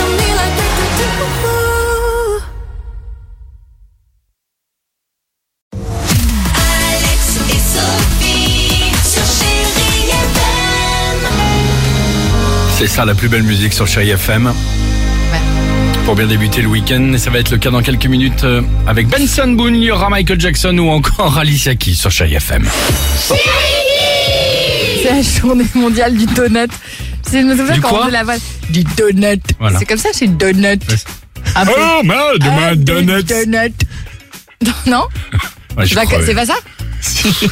on me like we could do. Alex et Sophie sur Chérie FM. C'est ça la plus belle musique sur Chéri FM. Pour bien débuter le week-end, et ça va être le cas dans quelques minutes euh, avec Benson Boone, il y aura Michael Jackson ou encore Alicia Keys sur Chéri FM. C'est la journée mondiale du donut. C'est je me souviens Du quand quoi on faisait la vanne. Du donut. Voilà. C'est comme ça, c'est donut. Ouais. Ah, Oh, merde, ma donut. donut. Non, non Ouais, je C'est pas- crevais. c'est pas ça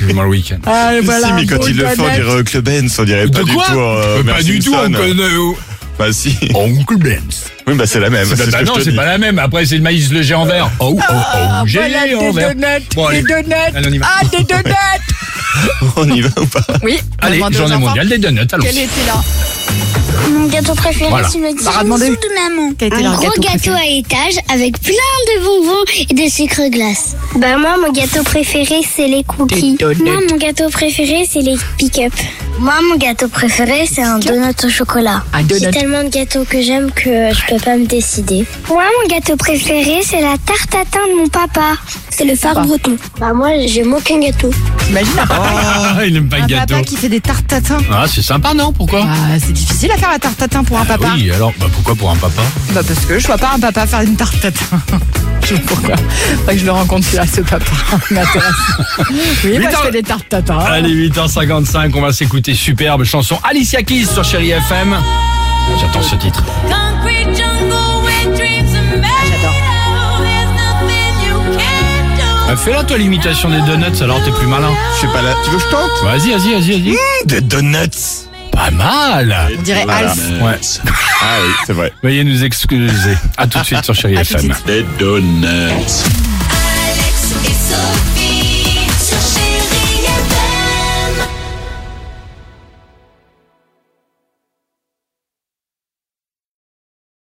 J'ai mal le week-end. Ah, si, mais quand bon ils le font, on donut. dirait Uncle Ben, on dirait pas du tout. euh, Mais Pas Homer du tout, Simpson. on connaît. Bah si. Oncle Ben. Benz. Oui, bah c'est la même. Bah, c'est ce bah que non, je te c'est dis. pas la même. Après, c'est le maïs, le géant vert. Oh, oh, oh, Ah, Voilà, géant des vert. donuts. Bon, des allez. donuts. Allez, on y va. Ah, des donuts. On y va ou pas Oui. on a Allez, demandé aux journée enfants mondiale des donuts, allons. Quel était là Mon gâteau préféré, Voilà. c'est le Sarah, demandez. tiramisu de maman. Quel était Un leur gros gâteau gâteau à étage avec plein de bonbons et de sucre glace. Bah moi, mon gâteau préféré, c'est les cookies. Des donuts. Moi, mon gâteau préféré, c'est les pick-up. Moi, mon gâteau préféré, c'est un donut au chocolat. Un donut. J'ai tellement de gâteaux que j'aime que je peux pas me décider. Moi, mon gâteau préféré, c'est la tarte à thym de mon papa. C'est le phare breton. Bah moi, j'aime aucun gâteau. T'imagines un papa- Ah, il aime pas le un gâteau. papa qui fait des tartes tatin. Ah, c'est sympa, non Pourquoi Ah, c'est difficile à faire la tarte tatin pour un Ah papa. Oui, alors, bah pourquoi pour un papa Bah parce que je vois pas un papa faire une tarte tatin. Je sais pas pourquoi. Faudrait que je le rencontre là, ce papa. Il m'intéresse. Oui, moi je Putain. fais des hein. tartes tatin. Allez, 8h55, on va s'écouter superbe chanson Alicia Keys sur Chéri FM. J'attends ce titre. Concrete jungle with dreams are made. J'adore. There's nothing you can't do. Bah, Fais-la toi l'imitation des donuts, alors t'es plus malin. Je sais pas là. Tu veux que je tente Vas-y, vas-y, vas-y, vas-y. Des donuts. Pas mal On dirait Voilà. Alf. Ouais, Ah oui, c'est vrai. veuillez nous excuser. À tout de suite sur Chéri À tout de FM. suite. Des donuts.